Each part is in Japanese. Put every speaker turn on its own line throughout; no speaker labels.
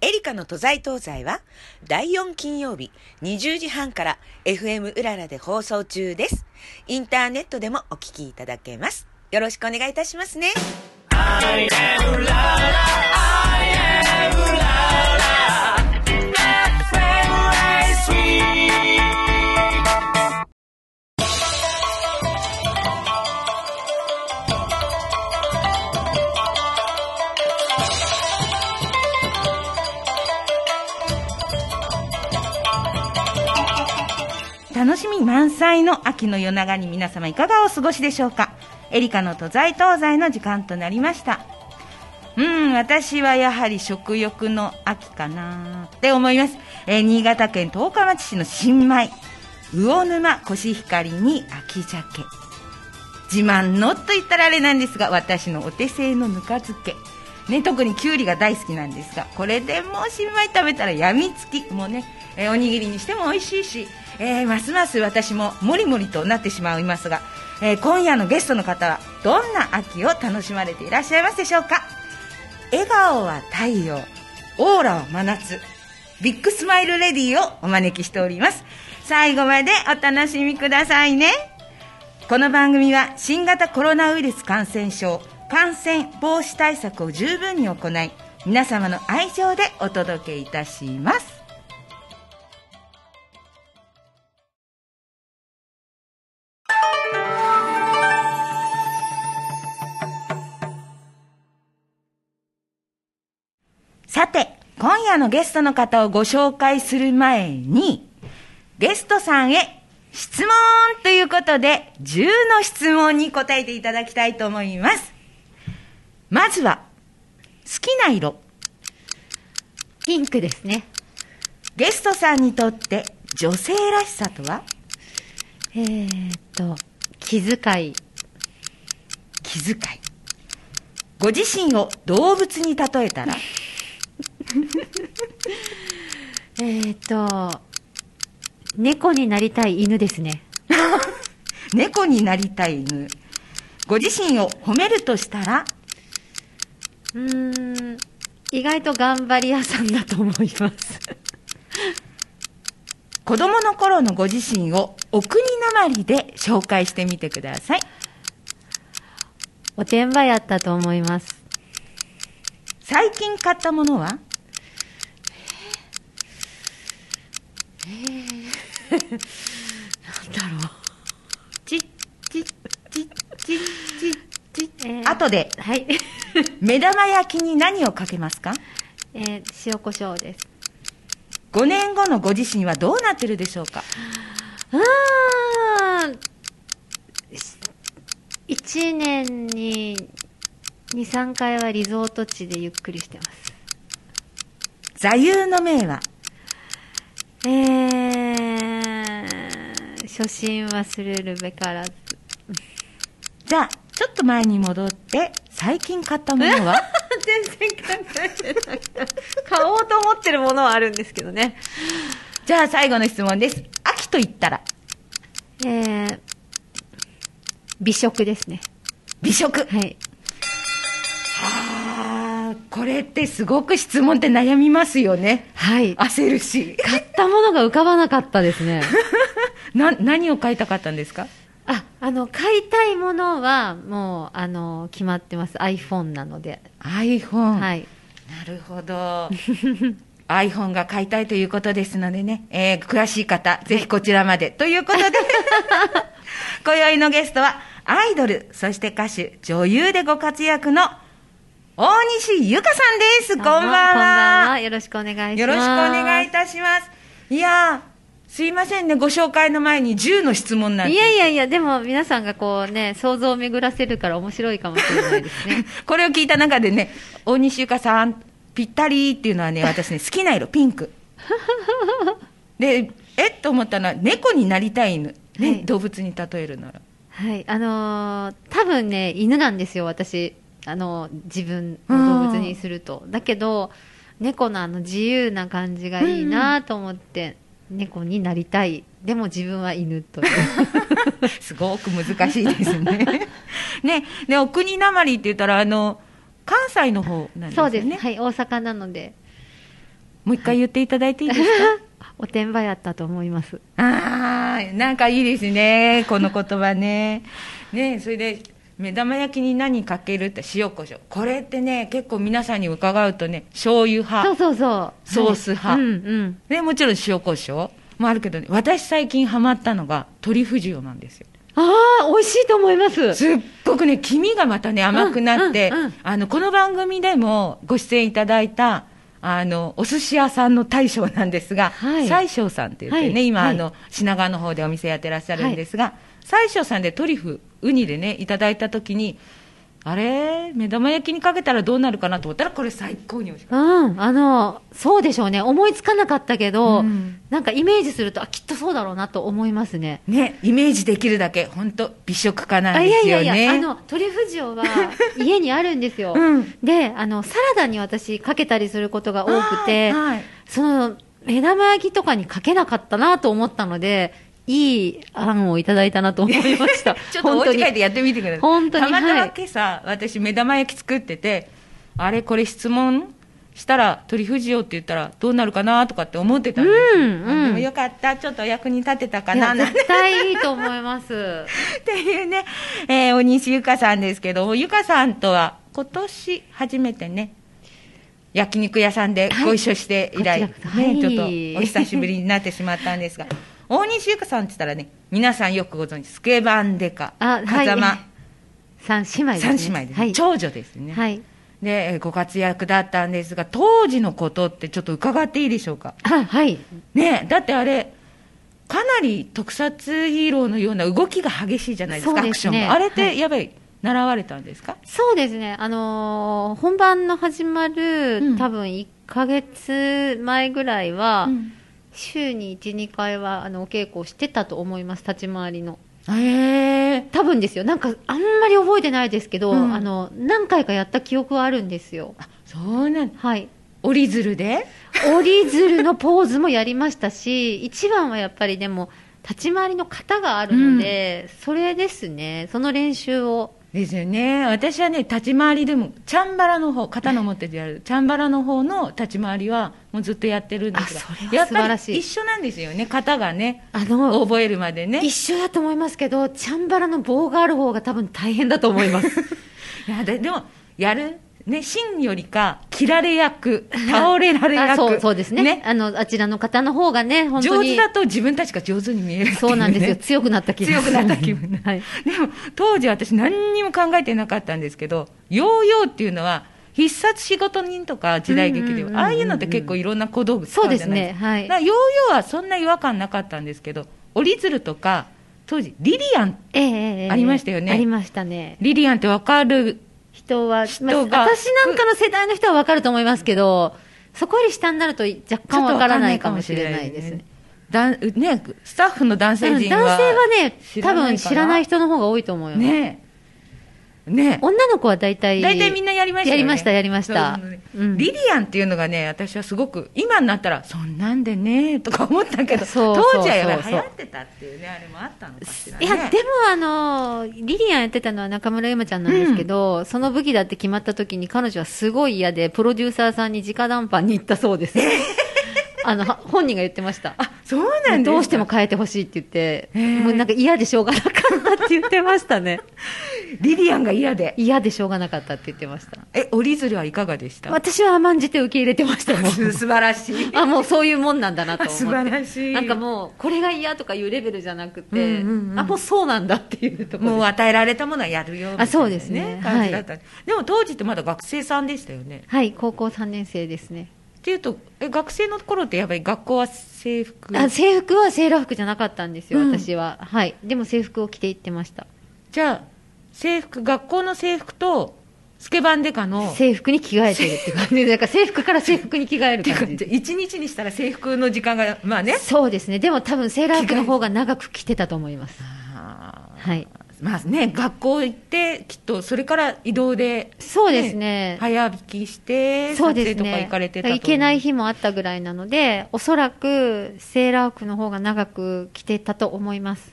エリカの都在東西は、第4金曜日20時半から FM うららで放送中です。インターネットでもお聞きいただけます。よろしくお願いいたしますね。
楽しみ満載の秋の夜長に皆様いかがお過ごしでしょうかエリカの都在東西の時間となりましたうん私はやはり食欲の秋かなって思います、えー新潟県十日町市の新米魚沼コシヒカリに秋鮭自慢のと言ったらあれなんですが私のお手製のぬか漬けね、特にきゅうりが大好きなんですがこれでもう新米食べたらやみつきもうね、えーおにぎりにしても美味しいし、えーますます私ももりもりとなってしまいますが、えー今夜のゲストの方はどんな秋を楽しまれていらっしゃいますでしょうか笑顔は太陽オーラは真夏ビッグスマイルレディをお招きしております最後までお楽しみくださいねこの番組は新型コロナウイルス感染症感染防止対策を十分に行い皆様の愛情でお届けいたしますさて、今夜のゲストの方をご紹介する前に、ゲストさんへ質問ということで、10の質問に答えていただきたいと思います。まずは、好きな色。
ピンクですね。
ゲストさんにとって女性らしさとは
えー、っと、気遣い。
気遣い。ご自身を動物に例えたら、
えー、っと、猫になりたい犬ですね。
猫になりたい犬。ご自身を褒めるとしたら、
うーん、意外と頑張り屋さんだと思います。
子供の頃のご自身をお国なまりで紹介してみてください。
おてんばやったと思います。
最近買ったものは
ちっちっちっちっちっちっち、えー
後で
はい。
目玉焼きに何をかけますか
えー、塩胡椒です。
?5 年後のご自身はどうなってるでしょうか
うーん。一年に二三回はリゾート地でゆっくりしてます。
座右の銘は
えー、初心忘れるべからず。
じゃあ、ちょっと前に戻って、最近買ったものは
全然考えてなかった。買おうと思ってるものはあるんですけどね。
じゃあ最後の質問です。秋と言ったら、
えー、美食ですね。
美食。
はい。
あーこれってすごく質問って悩みますよね。
はい。
焦るし。
買ったものが浮かばなかったですね。
な、何を買いたかったんですか
あ、あの、買いたいものは、もう、あの、決まってます。iPhone なので。
?iPhone。
はい。
なるほど。iPhone が買いたいということですのでね、えー詳しい方、ぜひこちらまで。ということ で、今宵のゲストは、アイドル、そして歌手、女優でご活躍の、大西ゆかさんです。こんばん
どうも
は。
こんばんは。よろしくお願いします。
よろしくお願いい
い
たします。いやー、すいませんね、ご紹介の前に10の質問なんて。
やいやいや、でも皆さんがこうね、想像を巡らせるから面白いかもしれないです ね。
これを聞いた中でね、大西ゆかさん、ぴったりっていうのはね、私ね、好きな色、ピン ク。で、えっと思ったのは、猫になりたい犬、ね
はい
動物に例えるなら。
はい。あのー多分ね、犬なんですよ、私。あのー自分の動物にすると。だけど、猫のあの自由な感じがいいなと思って、猫になりたい。でも自分は犬という。
すごく難しいです ね。ね、で、お国なまりって言ったら、あの、関西の方なんです
そ
よ
うですね。
ね。
はい、大阪なので。
もう一回言っていただいていいです
おてんばやったと思います。
かああなんかいいですねこの言葉ねねそれで目玉焼きに何かけるって塩コショウこれってね結構皆さんに伺うとね醤油
そ
派
うそうそう。
ソース派
はいうんうん。
ね、もちろん塩コショウもあるけどね私最近ハマったのが鶏不二雄なんですよ
ああ、美味しいと思います。
すっごくね黄身がまたね甘くなって、
うんうんうん
あのこの番組でもご出演いただいたあのお寿司屋さんの大将なんですが、
はい
最小さんって言ってね、
はい
今、
はい
あの品川の方でお店やってらっしゃるんですが、最小さんでトリュフウニでねいただいた時にあれ目玉焼きにかけたらどうなるかなと思ったらこれ最高に美味しかった
うん、あの、そうでしょうね。思いつかなかったけど、
うん
なんかイメージすると、あ、きっとそうだろうなと思いますね。
ね、イメージできるだけ、本当美食家なん
あ
で
いや
す
い
よ
や
ね。
いや、あの、鳥不二 雄は家にあるんですよ。
うん
で、あの、サラダに私かけたりすることが多くて、
はいはい
その、目玉焼きとかにかけなかったなと思ったので、いい案をいただいたなと思いました。
ちょっとお
本当
家
に
帰ってやってみてください。
本当に
たまた
は
ま
い
今朝、私、目玉焼き作ってて、あれ、これ質問したら、鳥不二雄って言ったら、どうなるかなとかって思ってたんですよ。
うんうん
あでもよかった、ちょっとお役に立てたか
い
な、
や
なんて
絶対いいと思い ます。
っていうね、えー、大西ゆかさんですけど、ゆかさんとは今年初めてね、焼肉屋さんでご一緒して以来、
はいこちらこそはい
ね、ちょっとお久しぶりになってしまったんですが、大西ゆかさんって言ったらね、皆さんよくご存知、スケバンデカ、
あはい
風間、
三姉妹です
三
ね。
姉妹です、
はい。
長女ですね、
はい。
で、えーご活躍だったんですが、当時のことってちょっと伺っていいでしょうか。
あ、はい。
ねえだってあれかなり特撮ヒーローのような動きが激しいじゃないですか
そう
ア
で
クシ
す
ョン
ね
があれっ
は
てやばい、習われたんですか
そうですね。あのー本番の始まる、
うん
多分1ヶ月前ぐらいは、
うん
週に1、2回は、あの、お稽古をしてたと思います。立ち回りの。
へえ
多分ですよ。なんか、あんまり覚えてないですけど、
うん
あの、何回かやった記憶はあるんですよ。
そうなん
はい。
折り鶴で
折り鶴のポーズもやりましたし、一番はやっぱりでも、立ち回りの型があるので、それですね。その練習を。
ですよね私はね立ち回りでもチャンバラの方肩の持っててやるチャンバラの方の立ち回りはもうずっとやってるんですが
あそれ
や
は
っ
素晴
ぱ
らしい
り一緒なんですよね型がね
あの、
覚えるまでね
一緒だと思いますけど、チャンバラの棒がある方が多分大変だと思い ます。
いやででもやるね芯よりか切られ 役倒れられ役
あそうそうですねあの。あちらの方の方がね、本当
上
に。
手だと自分たちが上手に見えるっていね
そうなんですよ。強くなった気分。
強くなった気分
はい。
でも当時私何にも考えてなかったんですけどヨーヨーっていうのは必殺仕事人とか時代劇
うんうん
で
うんうん
はああいうのって結構いろんな小道具使
そう
う
で
じゃ
す
ない
ね。
ですか
は
だ
い
か。らヨーヨーはそんな違和感なかったんですけど折り鶴とか当時リリアン
ええええええ
ありましたよね
ありましたね。
リリアンってわかる
人は、
人
まあ、
が
私なんかの世代の人はわかると思いますけど、そこより下になると若干わからないかもしれないですね。
だんねスタッフの男
うん
性
男
陣
性
は
はね、
知ら
多
ないかな
分知らない人の方が多いと思います。
ねね
女の子は大体、
大体みんなやりましたよね
やりました、やりました
そうそうそう。
うん
リリアンっていうのがね私はすごく今になったらそんなんでねとか思ったけど
そうそうそうそう
当時はやっぱり流行ってたっていうねあれもあったのかしら、ね、
いや、でもあの、リリアンやってたのは中村ゆまちゃんなんですけど、その武器だって決まった時に彼女はすごい嫌で、プロデューサーさんに直談判に行ったそうです。 あの、は本人が言ってました。
あそうなんですか
どうしても変えてほしいって言って、
へえ
もうなんか嫌でしょうがなかったって言ってました ね。
リリアンが嫌で
嫌でしょうがなかったって言ってました。
え折り鶴はいかがでした
私は甘んじて受け入れてましたもん。
素晴らしい
あ、もうそういうもんなんだなと思って。
素晴らしい
なんかもう、これが嫌とかいうレベルじゃなくて、
うんうんうん
あ、もうそうなんだっていうところ
もう与えられたものはやるよみたいな、
あそうですね
感じだった、でも当時ってまだ学生さんでしたよね
はい、高校3年生ですね。
っていうとえ学生の頃ってやっぱり学校は制服
あ制服はセーラー服じゃなかったんですよ、
うん
私は。はい。でも制服を着て行ってました。
じゃあ制服学校の制服とスケバンデカの
制服に着替えてるって感 じで、なんか制服から制服に着替える感じ。
一日にしたら制服の時間がまあね
そうですね。でも多分セーラー服の方が長く着てたと思います。はい。
まあね学校行ってきっとそれから移動で
そうですね。
早引きして
そ
撮
うで
影
す
とか
ね
行。かれてたと思う
行けない日もあったぐらいなので、おそらくセーラー服の方が長く着てたと思います。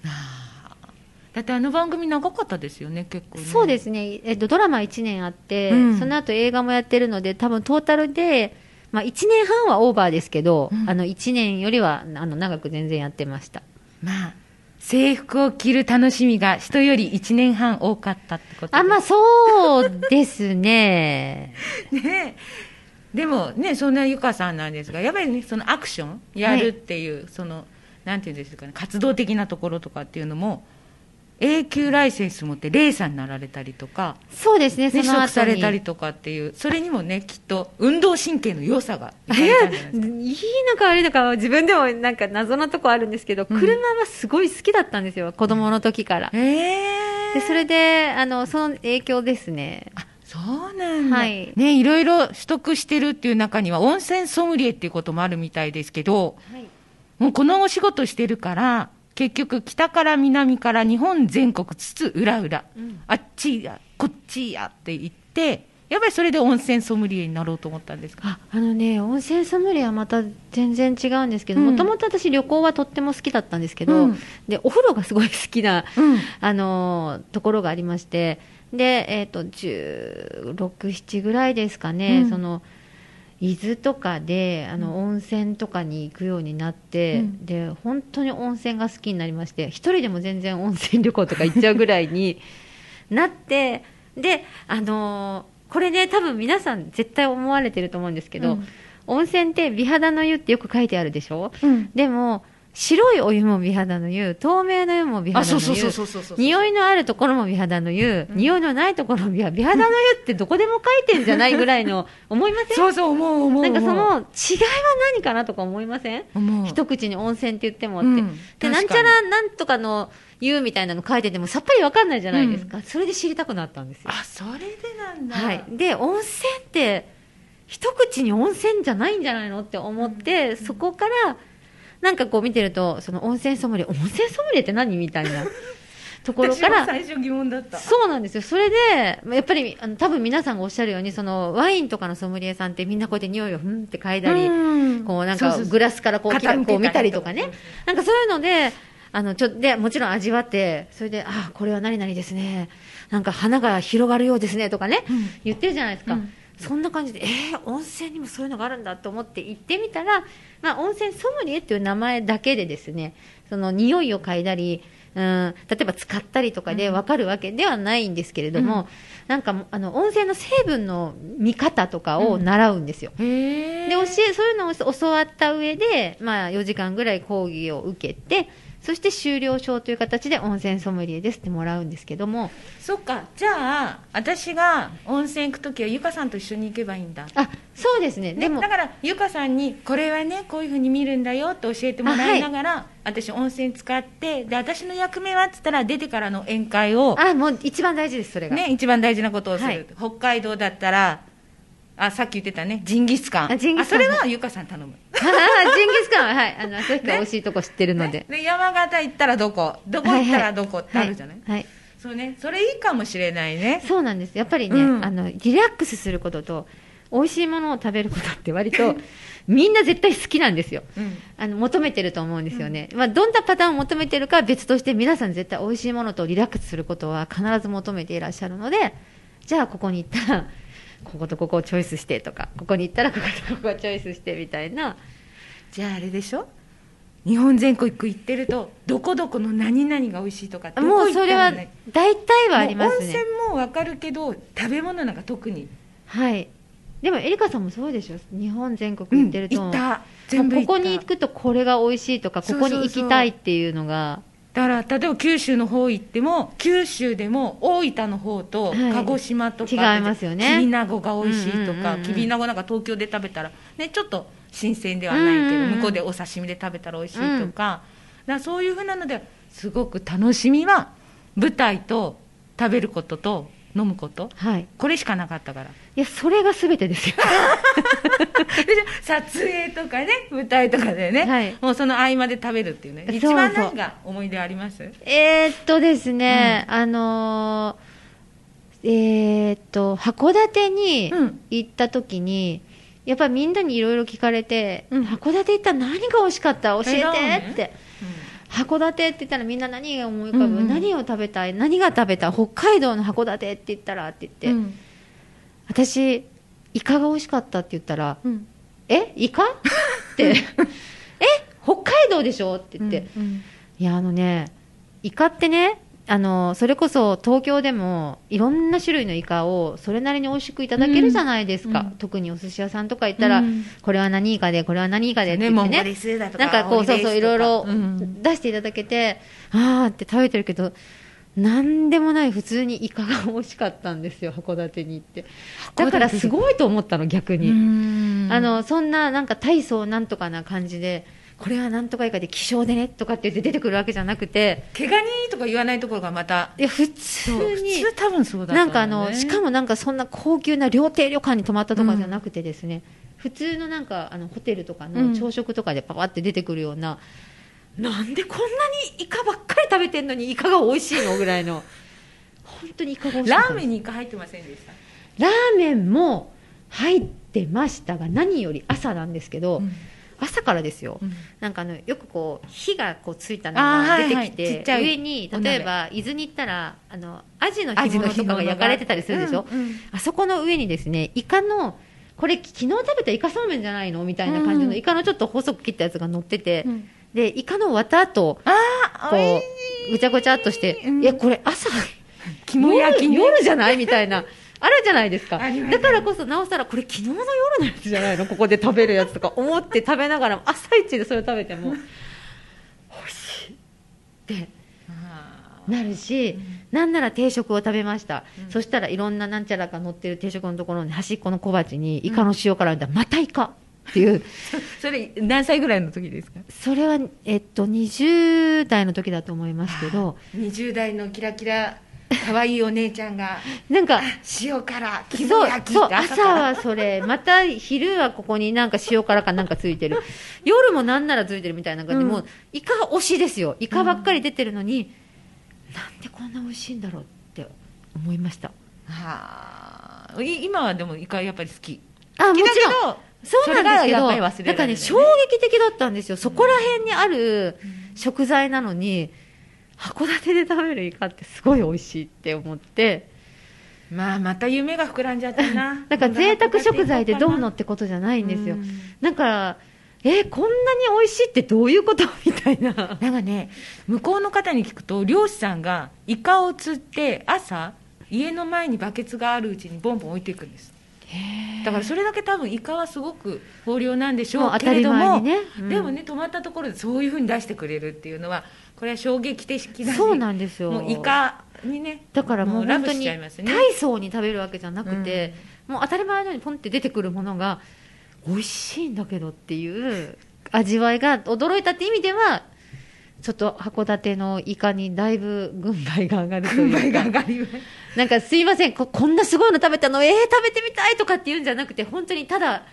だってあの番組長かったですよね結構ね
そうですね、えっと、ドラマ1年あって、
うん
その後映画もやってるので、多分トータルで、まあ、1年半はオーバーですけど、
うん
あの1年よりはあの長く全然やってま した
まあ、制服を着る楽しみが人より1年半多かったってこと
あまあそうですね
ねえでもねそんなゆかさんなんですがやっぱりねそのアクションやるっていう、そのなんていうんですかね活動的なところとかっていうのも永久ライセンス持ってレーサーになられたりとか、
そうですね
ね、
そ
取
の
得さ
後
れ
に
たりとかっていうそれにもねきっと運動神経の良さが生かれたんじ ゃないですか
いいのか悪いのか自分でもなんか謎なとこあるんですけど、
うん
車はすごい好きだったんですよ子供の時から、
ええ
でそれであのその影響ですね
あそうなんだ、
はい
ね、いろいろ取得してるっていう中には温泉ソムリエっていうこともあるみたいですけどもうこのお仕事してるから、結局、北から南から日本全国つつ裏裏、
うん
あっちや、こっちやって言って、やっぱりそれで温泉ソムリエになろうと思ったんですか。
ああのね温泉ソムリエはまた全然違うんですけど
うん
もともと私旅行はとっても好きだったんですけど、
うん
でお風呂がすごい好きな、
うん
あのーところがありましてで、えー、と16、7ぐらいですかね、
うん
その伊豆とかであの温泉とかに行くようになって、
うん
で本当に温泉が好きになりまして一人でも全然温泉旅行とか行っちゃうぐらいになってで、あのーこれね多分皆さん絶対思われてると思うんですけど、
うん
温泉って美肌の湯ってよく書いてあるでしょでも白いお湯も美肌の湯透明の湯も美
あ、
肌の湯
そうそうそうそうそうそう。
匂いのあるところも美肌の湯、匂いのないところも美肌美肌の湯ってどこでも書いてんじゃないぐらい の思いません
そうそう、思う思う。
なんかそ
思う
の違いは何かなとか思いません、
思う
一口に温泉って言ってもっ
う
て、
ん
で
確か
な
に
んちゃらなんとかの湯みたいなの書いててもさっぱりわかんないじゃないですか、それで知りたくなったんですよ、
あ、それでなんだ。
はい、で温泉って一口に温泉じゃないんじゃないのって思って、そこからなんかこう見てるとその温泉ソムリエ温泉ソムリエって何みたい なところ
私
か
も
ら
最初疑問だった。
そうなんですよ、それで、まあやっぱりあの多分皆さんがおっしゃるように、そのワインとかのソムリエさんって、みんなこうやって匂いをふんって嗅いだり、
うん
こうなん
そ
か
うそうそう
グラスからこうきら
傾けたり
こう見たりとかね、なんかそういうので、あのちょでもちろん味わって、それで、あこれは何々ですね、なんか花が広がるようですねとかね、
うん
言ってるじゃないですか。
うん
そんな感じで、えー、温泉にもそういうのがあるんだと思って行ってみたら、まあ、温泉ソムリエっていう名前だけでですね、その匂いを嗅いだり、うん、例えば使ったりとかで分かるわけではないんですけれども、
うん
なんかもうあの温泉の成分の見方とかを習うんですよ。
へえ。
で教えそういうのを教わった上で、まあ、4時間ぐらい講義を受けてそして修了証という形で温泉ソムリエですってもらうんですけども
そっか、じゃあ、私が温泉行くときは、ゆかさんと一緒に行けばいいんだ。
あそうですね
ね
でも
だからゆかさんにこれはねこういうふうに見るんだよって教えてもらいながら、私温泉使ってで私の役目はっつったら出てからの宴会を、
あもう一番大事ですそれが、
ね、一番大事なことをする、
はい
北海道だったらあさっき言ってたねジンギスカン
あジンギスカン
それはゆかさん頼む、
あー ジンギスカンははいあの旭川美味しいとこ知ってるので、
ね、で山形行ったらどこどこ行ったらどこってあるじゃない、
はいはい
そうねそれいいかもしれないね
そうなんですやっぱりね、
うん
あのリラックスすることと美味しいものを食べることって割と みんな絶対好きなんですよ
うん
あの求めてると思うんですよね、まあ、どんなパターンを求めてるかは別として皆さん絶対美味しいものとリラックスすることは必ず求めていらっしゃるのでじゃあここに行ったらこことここをチョイスしてとかここに行ったらこことここをチョイスしてみたいな
じゃああれでしょ日本全国行ってるとどこどこの何々が美味しいとかどこ
もう
行った
そ
ら
れは
ね
大体はあります
もう温
ね
泉もわかるけど食べ物なんか特に、
はいでもエリカさんもそうでしょ日本全国
行
行ってると、
行った全部行
こ
った
こに行くとこれが美味しいとかここに行きたいっていうのが
だから例えば九州の方行っても九州でも大分の方と
はい
鹿児島とか、
違いますよね
きびなごが美味しいとか、
うんうんうんうん
きびなごなんか東京で食べたらねちょっと新鮮ではないけど、
うんうんうん
向こうでお刺身で食べたら美味しいとか,、だからそういうふうなのですごく楽しみは舞台と食べることと飲むこと
はい
これしかなかったから
いやそれが全てですよ
でしょ撮影とかね舞台とかでね、
はい
もうその合間で食べるっていうね
そう
一
そう
番なんか思い出あります
えーっとですね、あのーえーっと函館に
うん
行った時に、やっぱりみんなにいろいろ聞かれて、
うん
函館行ったら何が美味しかった教えて
ラーメン
って函館って言ったらみんな何が思い浮かぶ、
うんうん
何を食べたい何が食べたい北海道の函館って言ったらって言って、
うん
私イカが美味しかったって言ったらえイカ って、え北海道でしょって言って、いや、あのね、イカってね、あのそれこそ東京でもいろんな種類のイカをそれなりに美味しくいただけるじゃないですか、
うんうん
特にお寿司屋さんとか行ったら、
うん
これは何イカでこれは何イカでって
ね、
言っ
モ
て
ンゴ
ね
リスだとか。
なんかこう
オリレ
そ
ー
う
ス
そういろいろ
とかうん
出していただけて、あーって食べてるけどなんでもない普通にイカが美味しかったんですよ函館に行ってだからすごいと思ったの逆に、
うん
あのそんななんか大層なんとかな感じでこれはなんとかイカで希少でねとかって言って出てくるわけじゃなくて
毛ガニとか言わないところがまた
いや普通
そう普
に
通多分そうだと
な
思うん
かあの、しか
も
もなんかそんな高級な料亭旅館に泊まったとかじゃなくてですね、普通のなんかあのホテルとか
う
の
ん
朝食とかでパパって出てくるような、なんでこんなにイカばっかり食べてんのにイカが美味しいのぐらいの本当にイカが美味しい
ラーメ
ン
ンにイカ入ってませんでした
ラーメンも入ってましたが何より朝なんですけど、朝からですよ、なんかあのよくこう火がこうついたの
あ
が
ー
出て
はいはい
きて、
ちっちゃい
上に
お鍋
例えば伊豆に行ったらあのアジの干物とかが焼かれてたりするでしょ、
うんうん
あそこの上にですねイカのこれ昨日食べたイカそうめんじゃないのみたいな感じの、
うん
イカのちょっと細く切ったやつが乗ってて、
うん
でイカの綿と
あー
こうぐちゃぐちゃっとして、
うん
いやこれ朝
肝焼きね
夜夜じゃないみたいな。あるじゃないですか。
あります
だからこそ、なおさら、これ昨日の夜のやつじゃないのここで食べるやつとか思って食べながらも、朝一でそれを食べても、美味しいって
あ
なるし、なんなら定食を食べました。
うん
そしたらいろんななんちゃらが乗ってる定食のところに、端っこの小鉢にイカの塩辛を見たら、またイカっていう、
ーそれ何歳ぐらいの時ですか
それは、えっと、20代の時だと思いますけど、
20代のキラキラ可愛いお姉ちゃんが
なんか、
塩から
そ
肝
う
焼き
そう
って朝
朝
から
はそれ、また昼はここになんか塩辛かなんかついて る、夜もなんならついてるみたいな感じで、
うん
もうイカ推しですよ、イカばっかり出てるのに、なんでこんな美味しいんだろうって思いました。
はあい今はでもイカやっぱり好き
あ
好
も
き
ち
だけ
ろん
ど
そうなんですけ
それがやっ
ど、
ぱり
なん
忘れられない
かね、衝撃的だったんですよ、そこら辺にある食材なのに、函館で食べるイカってすごい美味しいって思って。
まあまた夢が膨らんじゃったな
なんか贅沢食材でどうのってことじゃないんですよ
うん。
なんか、えーこんなに美味しいってどういうことみたいな。
なんかね向こうの方に聞くと漁師さんがイカを釣って朝家の前にバケツがあるうちにボンボン置いていくんですだからそれだけ多分イカはすごく豊漁なんでしょ
もう
う
当
け
た
れ
り
ど
前
も
にねうん
でもね止まったところでそういうふうに出してくれるっていうのはこれは衝撃的だし
そうなんですよ。
もうイカにね
だからもう本
もう
当
ラブし
に
ちゃいますね
大層に食べるわけじゃなくて、もう当たり前のようにポンって出てくるものが美味しいんだけどっていう味わいが驚いたって意味ではちょっと函館のイカにだいぶ軍配が上がると
軍
い
配
う
が上
か
がります
なんかすいませんこ、こんなすごいの食べたの、えー、食べてみたいとかっていうんじゃなくて、本当にただ、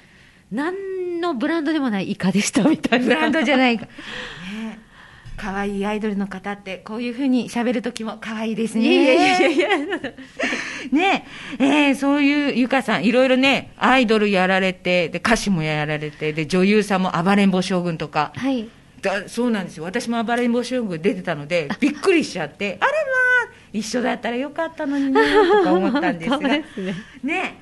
何のブランドでもないイカでしたみたいな。
ブランドじゃないか。 可愛いアイドルの方ってこういうふうに喋る時も可愛いですね。
いやいやいやいや
ねえ、えーそういうゆかさん、いろいろね、アイドルやられて、で歌手もやられて、で女優さんも暴れん坊将軍とか、
はい。
だそうなんですよ。私も暴れん坊将軍出てたの で、びっくりしちゃって、あれまあ一緒だったらよかったのになとか思ったん ですが、
そうですね
ね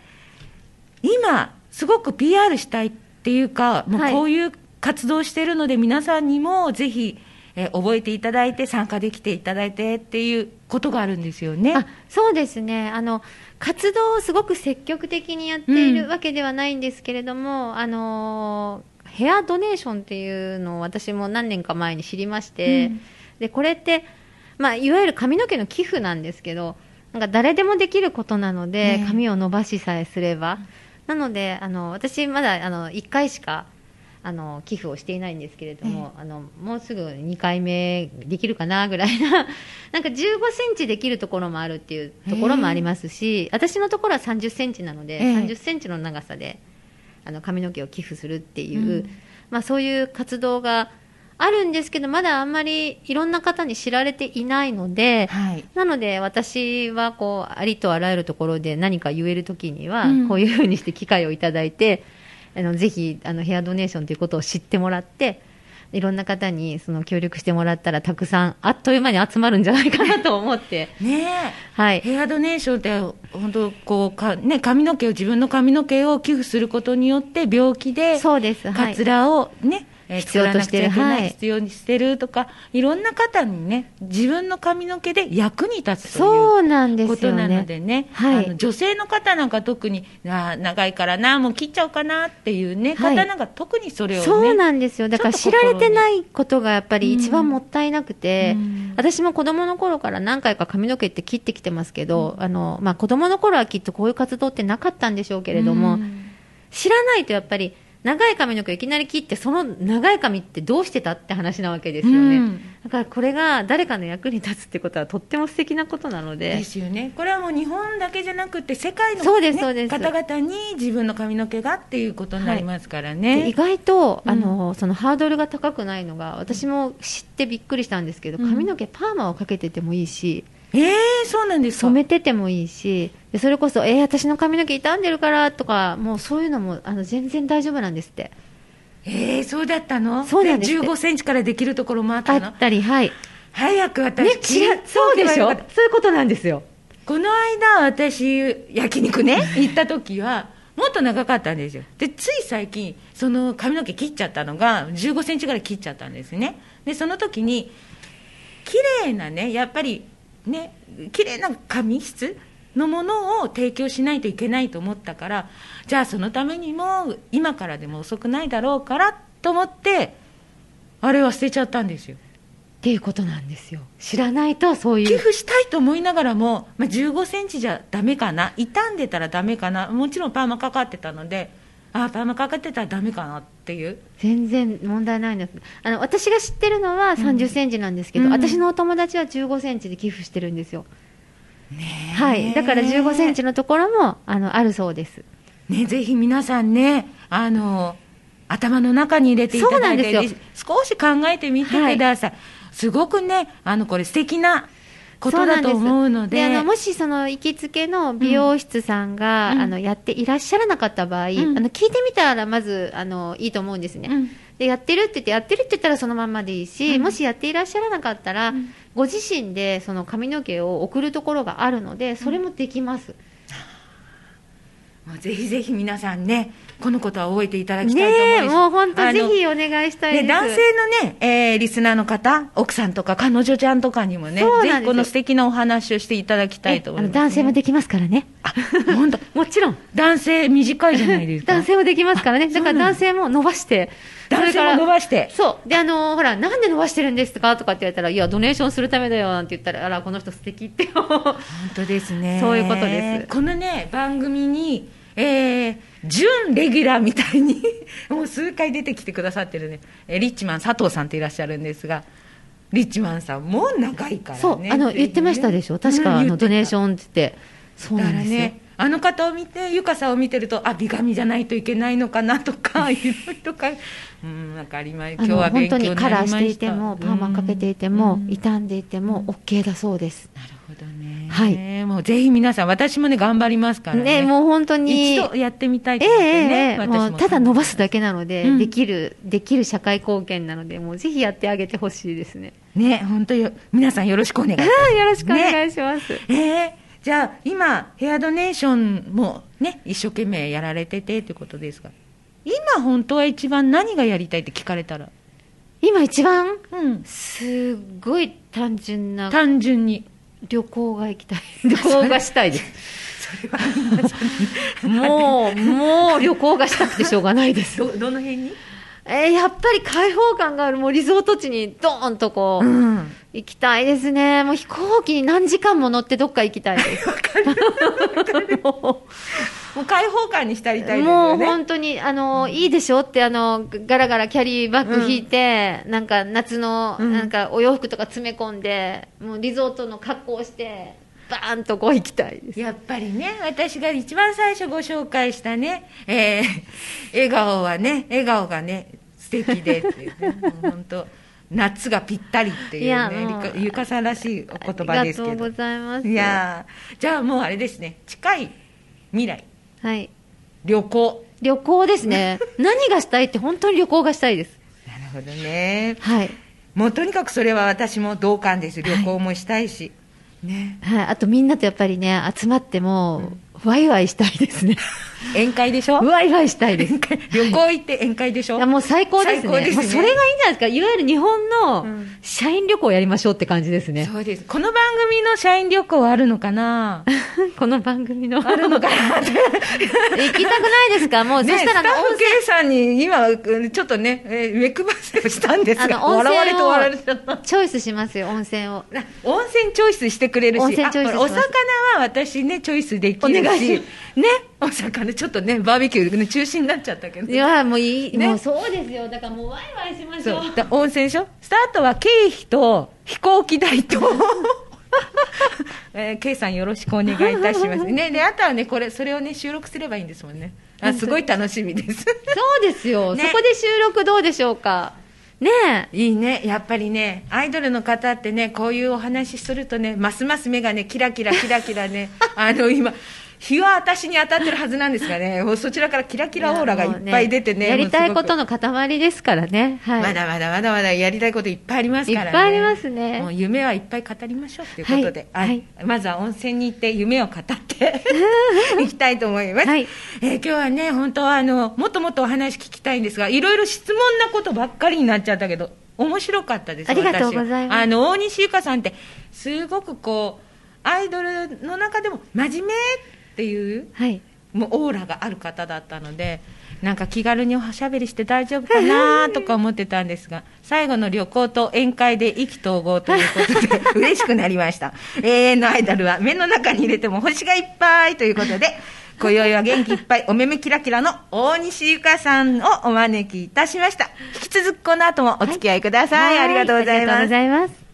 今すごく PR したいっていうかもう
はい
こういう活動してるので、皆さんにもぜひ、えー覚えていただいて参加できていただいてっていうことがあるんですよね
あそうですねあの活動をすごく積極的にやってい
うん
るわけではないんですけれども、あのーヘアドネーションっていうのを私も何年か前に知りまして、
うん
でこれって、まあ、いわゆる髪の毛の寄付なんですけどなんか誰でもできることなので、
ね
髪を伸ばしさえすれば、なのであの私まだあの1回しかあの寄付をしていないんですけれども、あのもうすぐ2回目できるかなぐらいな、 なんか15センチできるところもあるっていうところもありますし、私のところは30センチなので、
ええ
30センチの長さであの髪の毛を寄付するっていう、
うん
まあ、そういう活動があるんですけど、まだあんまりいろんな方に知られていないので、
はい
なので私はこうありとあらゆるところで何か言えるときには、
うん
こういうふうにして機会をいただいてあのぜひあのヘアドネーションということを知ってもらっていろんな方にその協力してもらったらたくさんあっという間に集まるんじゃないかなと思って、
ね
は
え
い、
ヘアドネーションって本当こうかね髪の毛を自分の髪の毛を寄付することによって病気で
そうです、は
カ
い
ツ、ラをね、えー
必要としてる
作らなくちゃいけない
はい
必要にしてるとかいろんな方にね自分の髪の毛で役に立つという
そうなんで
こ
す
と
よ
なの
ね。
でね、
はい
あの女性の方なんか特にあー長いからなもう切っちゃおうかなっていうね、
はい
方なんか特にそれをね
そうなんですよだから
ちょ
知
っと
ら
心に
れてないことがやっぱり一
うん
番もったいなくて、
うん
私も子供の頃から何回か髪の毛って切ってきてますけど、あのまあ、子供の頃はきっとこういう活動ってなかったんでしょうけれども、
うん
知らないとやっぱり長い髪の毛をいきなり切ってその長い髪ってどうしてたって話なわけですよね、
うん
だからこれが誰かの役に立つってことはとっても素敵なことなので
ですよねこれはもう日本だけじゃなくて世界の、ね、
そうですそうです
方々に自分の髪の毛がっていうことになりますから
で
ね、
意外と、
うん
あのそのハードルが高くないのが私も知ってびっくりしたんですけど
うん
髪の毛パーマをかけててもいいし、
ええそうなんですか
染めててもいいしでそれこそ、えー私の髪の毛傷んでるからとかもうそういうのもあの全然大丈夫なんですって
ええそうだったの
そうなんですって
15センチからできるところもあっ
あ
たの
ったりはい、ね、
早く私、
違うそうでしょそういうことなんですよ
この間私焼肉ね 行った時はもっと長かったんですよでつい最近その髪の毛切っちゃったのが1 5センチぐらい切っちゃったんですねでその時に綺麗なねやっぱりね綺麗な髪質のものを提供しないといけないと思ったからじゃあそのためにも今からでも遅くないだろうからと思ってあれは捨てちゃったんですよ
っていうことなんですよ知らないとそうい
寄
う
付したいと思いながらも、まあ、15センチじゃダメかな、傷んでたらダメかな、もちろんパーマかかってたので、ああ、パーマかかってたらダメかなっていう、
全然問題ないんですあの私が知ってるのは3 0センチなんですけど、
うん
私のお友達は1 5センチで寄付してるんですよ、はい、だから1 5センチのところもあのあるそうです
ね、ぜひ皆さんね、あの頭の中に入れていた
そうな
だ
ん
い
です
て、
よ
で少し考えてみてください、すごくね、あのこれ、素敵なことだと思うので、
そうなんすあのもしその行きつけの美容室さんが、
うん
あのやっていらっしゃらなかった場合、
ん
あの聞いてみたらまずあのいいと思うんですね、
うん
でやってるって言ってやってるって言ったらそのまんまでいいし、もしやっていらっしゃらなかったら、ご自身でその髪の毛を送るところがあるのでそれもできます、
もうぜひぜひ皆さんね、このことは覚えていただきたいと思
ね
い
え
ます。
もう本当
あの
ぜひお願いしたいです
で男性のね、えーリスナーの方、奥さんとか彼女ちゃんとかにもね、
そうなんですよ
ぜひこの素敵なお話をしていただきたいと思
え
い
あ
ま
の
す。
男性もできますから ね
あ本当
もちろん
男性短いじゃないです か。
男性もできますからねだから男性も伸ばして
男
それか
性
ら
も伸ばして。
そう。で、あのーほら、なんで伸ばしてるんですかとかって言われたら、いや、ドネーションするためだよ、なんて言ったら、あら、この人素敵 って思う。
本当ですね。
そういうことです
このね、番組に、えー準レギュラーみたいに、 もう数回出てきてくださってるね、えーリッチマン佐藤さんっていらっしゃるんですが、リッチマンさんも長いからね。
そう、あの、言ってましたでしょ。確か、あの、ドネーシ
ン
ョンって言って。そう
だ
な
か
ん
ら
ですよ。
ね、あの方を見て、ゆかさんを見てると、あ美髪じゃないといけないのかな とか、いろいろか、うん、なんかありま
あ
今
の
日は
本
勉強
当
にな
に
りました
カラーしていても、パーマかけていて
う
も
ん、
傷んでいても、OK だそうです。
なるほどね、
は
もうぜひ皆さん、私もね、頑張りますからね、
ね、もう本当に。
一度やってみたい
え
と
え
思っ
え
て
え
ね、
ええ
私
もうただ伸ばすだけなので、
うん
できる、できる社会貢献なので、もうぜひやってあげてほしいですね。
ね、本当よ、皆さんよろしくお願 いします。
はいよろしくお願いします。
えーじゃあ今ヘアドネーションもね一生懸命やられててということですが今本当は一番何がやりたいって聞かれたら、
今一番
うん、
すごい単純な
単純に
旅行が行きたい旅行がしたいですもうもう旅行がしたくてしょうがない です、
どどの辺に、
えーやっぱり開放感があるもうリゾート地にドーンとこう、
ん、
行きたいですねもう飛行機に何時間も乗ってどっ か行きたいですもう
もう開放感に浸りたいです
も
よ
う
ね
本当にあの、いいでしょってあのガラガラキャリーバッグ引いて、なんか夏の、
うん
なんかお洋服とか詰め込んでもうリゾートの格好をしてバーンとこう行きたいです
やっぱりね私が一番最初ご紹介したね、えー 笑顔はね笑顔がね素敵でっていうねもう本当夏がぴったりってい
いうや
ね
もう
りかゆかさんらしいお言葉です
あ
け
りがとうご
ど
ざいます
いやーじゃあもうあれですね近い未来
はい
旅行
旅行ですね何がしたいって本当に旅行がしたいです
なるほどね
はい、
もうとにかくそれは私も同感です旅行もしたいし、ね
はい、あとみんなとやっぱりね集まっても、ワイワイしたいです ね
宴会でしょ
ワイワイしたいです
旅行行って宴会でしょ、
いやもう最高ですね
最高ですね
もうそれがいいんじゃないですかいわゆる日本の
うん
社員旅行をやりましょうって感じですね、
そうですこの番組の社員旅行はあるのかな
この番組の行き
あるのか なっ
た
て
くないですかもう、そ
ね、
し
ス
た
タッ
らあの
フ K さんに今、うんちょっとね、えー目配せをしたんです
あ
が、
の温
笑われて笑われ
泉
ちゃった
を。チョイスしますよ温泉を
あ温泉チョイスしてくれるし、
温泉チョイス
あ
し
お
ます
魚は私ね、チョイスでき
お
る
願い
し、
し
ね、お魚、ちょっとね、バーベキューの中止になっちゃったけど、
いやもういい、
ね
もうそうですよだからもうワイワイしまし
そ
ょう
うだ温泉でしょ、スタートは経費と飛行機代 と、えー、K さん、よろしくお願いいたします、ね、であとはね、これ、それをね、収録すればいいんですもんね、あすごい楽しみです。
そうですよ、
ね
そこで収録どうでしょうかねえ
いいね、やっぱりね、アイドルの方ってね、こういうお話するとね、ますます目がね、キラキラ、キラキラ ね、あの今、日は私に当たってるはずなんですがね、もうそちらからキラキラオーラがいっぱい出てね、
やりたいこと
もう
の塊ですからね、
す
は
ご
い、
くまだまだまだまだやりたいこといっぱいありますからね、
いっぱいありますね
もう夢はいっぱい語りましょうということで、
はい
はいまずは温泉に行って、夢を語 っていきたいと思います。
はい
えー今日はね、本当はあのもっともっとお話聞きたいんですが、いろいろ質問なことばっかりになっちゃったけど、面白かったです。
ありがとうございます
私はあの大西ゆかさんってすごくこうアイドルの中でも真面目っていう
はい、
もうオーラがある方だったので。なんか気軽におしゃべりして大丈夫かなとか思ってたんですが最後の旅行と宴会で意気投合ということで嬉しくなりました永遠のアイドルは目の中に入れても星がいっぱいということで今宵は元気いっぱいお目目キラキラの大西ゆかさんをお招きいたしました引き続きこの後もお付き合いください、ありがとうござい
あり
ます
がとうございます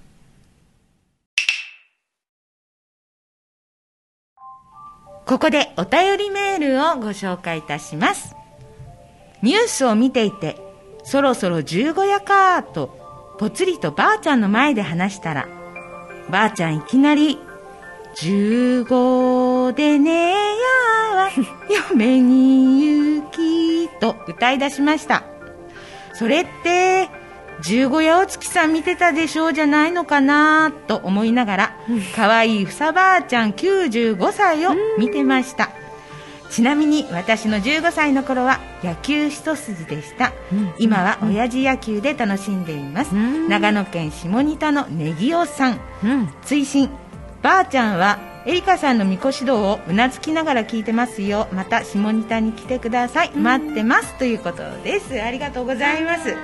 ここでお便りメールをご紹介いたしますニュースを見ていてそろそろ十五夜かとぽつりとばあちゃんの前で話したらばあちゃんいきなり「十五でねやは嫁に行き」と歌い出しましたそれって十五夜お月さん見てたでしょうじゃないのかなと思いながら可愛いふさばあちゃん95歳を見てましたちなみに私の15歳の頃は野球一筋でした、今は親父野球で楽しんでいま
う
す、
ん
長野県下仁田のネギオさん
うん
追伸ばあちゃんはエリカさんのみこし道をうなずきながら聞いてますよまた下仁田に来てください待ってますということですありがとうございます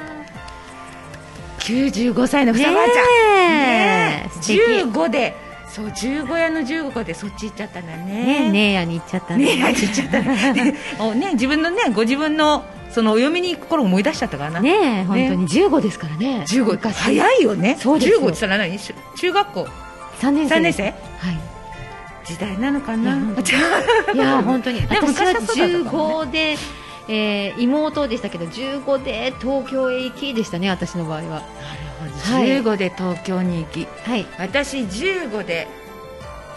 95歳のふさばあちゃん
ねえ
ねえ
素敵
15でそう15屋の15個でそっち行っちゃったんだ
ねえ
ね
ねえやに行っちゃった
ね
ね
えあ行っちゃったねおね自分のねご自分のそのお嫁に行く頃思い出しちゃったからな
ねえ本当に15ですからね
15早いよね
そうですよ
15って言ったら何し中学校
3年生
3年生
は
時代なのか
いや
な
本いいや本当に
でも
私は
昔はそうだったから
15で、えー妹でしたけど15で東京へ行きでしたね私の場合ははい
15で東京に行き
はい
私15で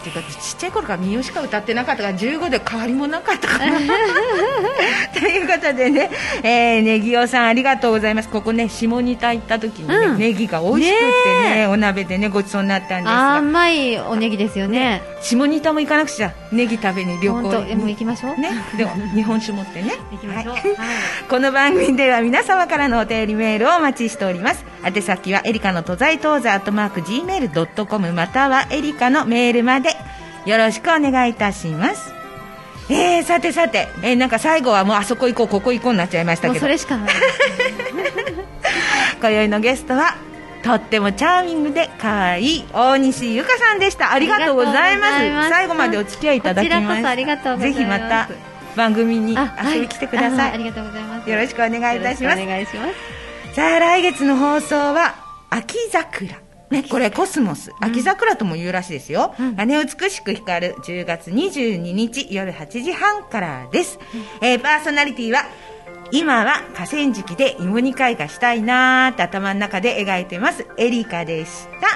っていうかちっちゃい頃から民謡しか歌ってなかったから15で変わりもなかったから ということでね、えー、ネギオさんありがとうございますここね下仁田行った時にね、
うん
ネギが美味しくってねお鍋でねごちそうになったんですが
甘いおネギですよね
下仁田も行かなくちゃネギ食べに旅
本
行
当えもう
に
行きましょう、
ねでも日本酒持ってね
行きましょう、
は
は
い
い
この番組では皆様からのお便りメールをお待ちしております宛先はエリカの都在東在アットマーク Gmail.com またはエリカのメールまでよろしくお願いいたしますえー、さてさて、えーなんか最後はもうあそこ行こうここ行こうになっちゃいまし た
もう
けど
それしかない
今宵のゲストはとってもチャーミングで可愛い大西ゆかさんでしたありがとうございます
ありがとうございます
最後までお付き合いいただきました
こちらこそありがとうございます
ぜひまた番組に遊びに来てくださ
あ
い
ありがとうございます。
よろしくお願いいたします
よろくお願いします。
さあ来月の放送は秋桜ね、これコスモス秋桜とも言うらしいですよ、
うん
羽を美しく光る10月22日夜8時半からです、えーパーソナリティは今は河川敷で芋煮会がしたいなーって頭の中で描いてますエリカでした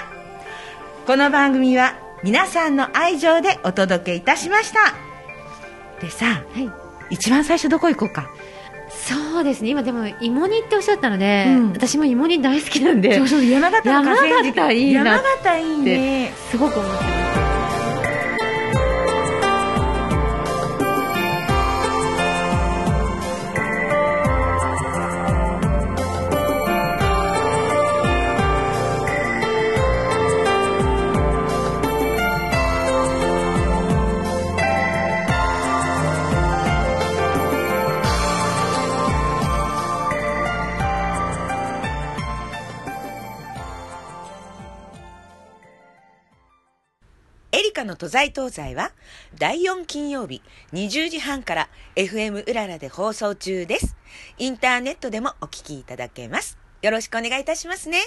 この番組は皆さんの愛情でお届けいたしましたでさ
はい。
一番最初どこ行こうか
そうですね今でも芋煮っておっしゃったので、
うん
私も芋煮大好きなんで
そうそう山形の河川敷
山形いいな
山形いいね
すごく思ってます
エリカの都在東西は第4金曜日20時半から FM うららで放送中です。インターネットでもお聞きいただけます。よろしくお願いいたしますね。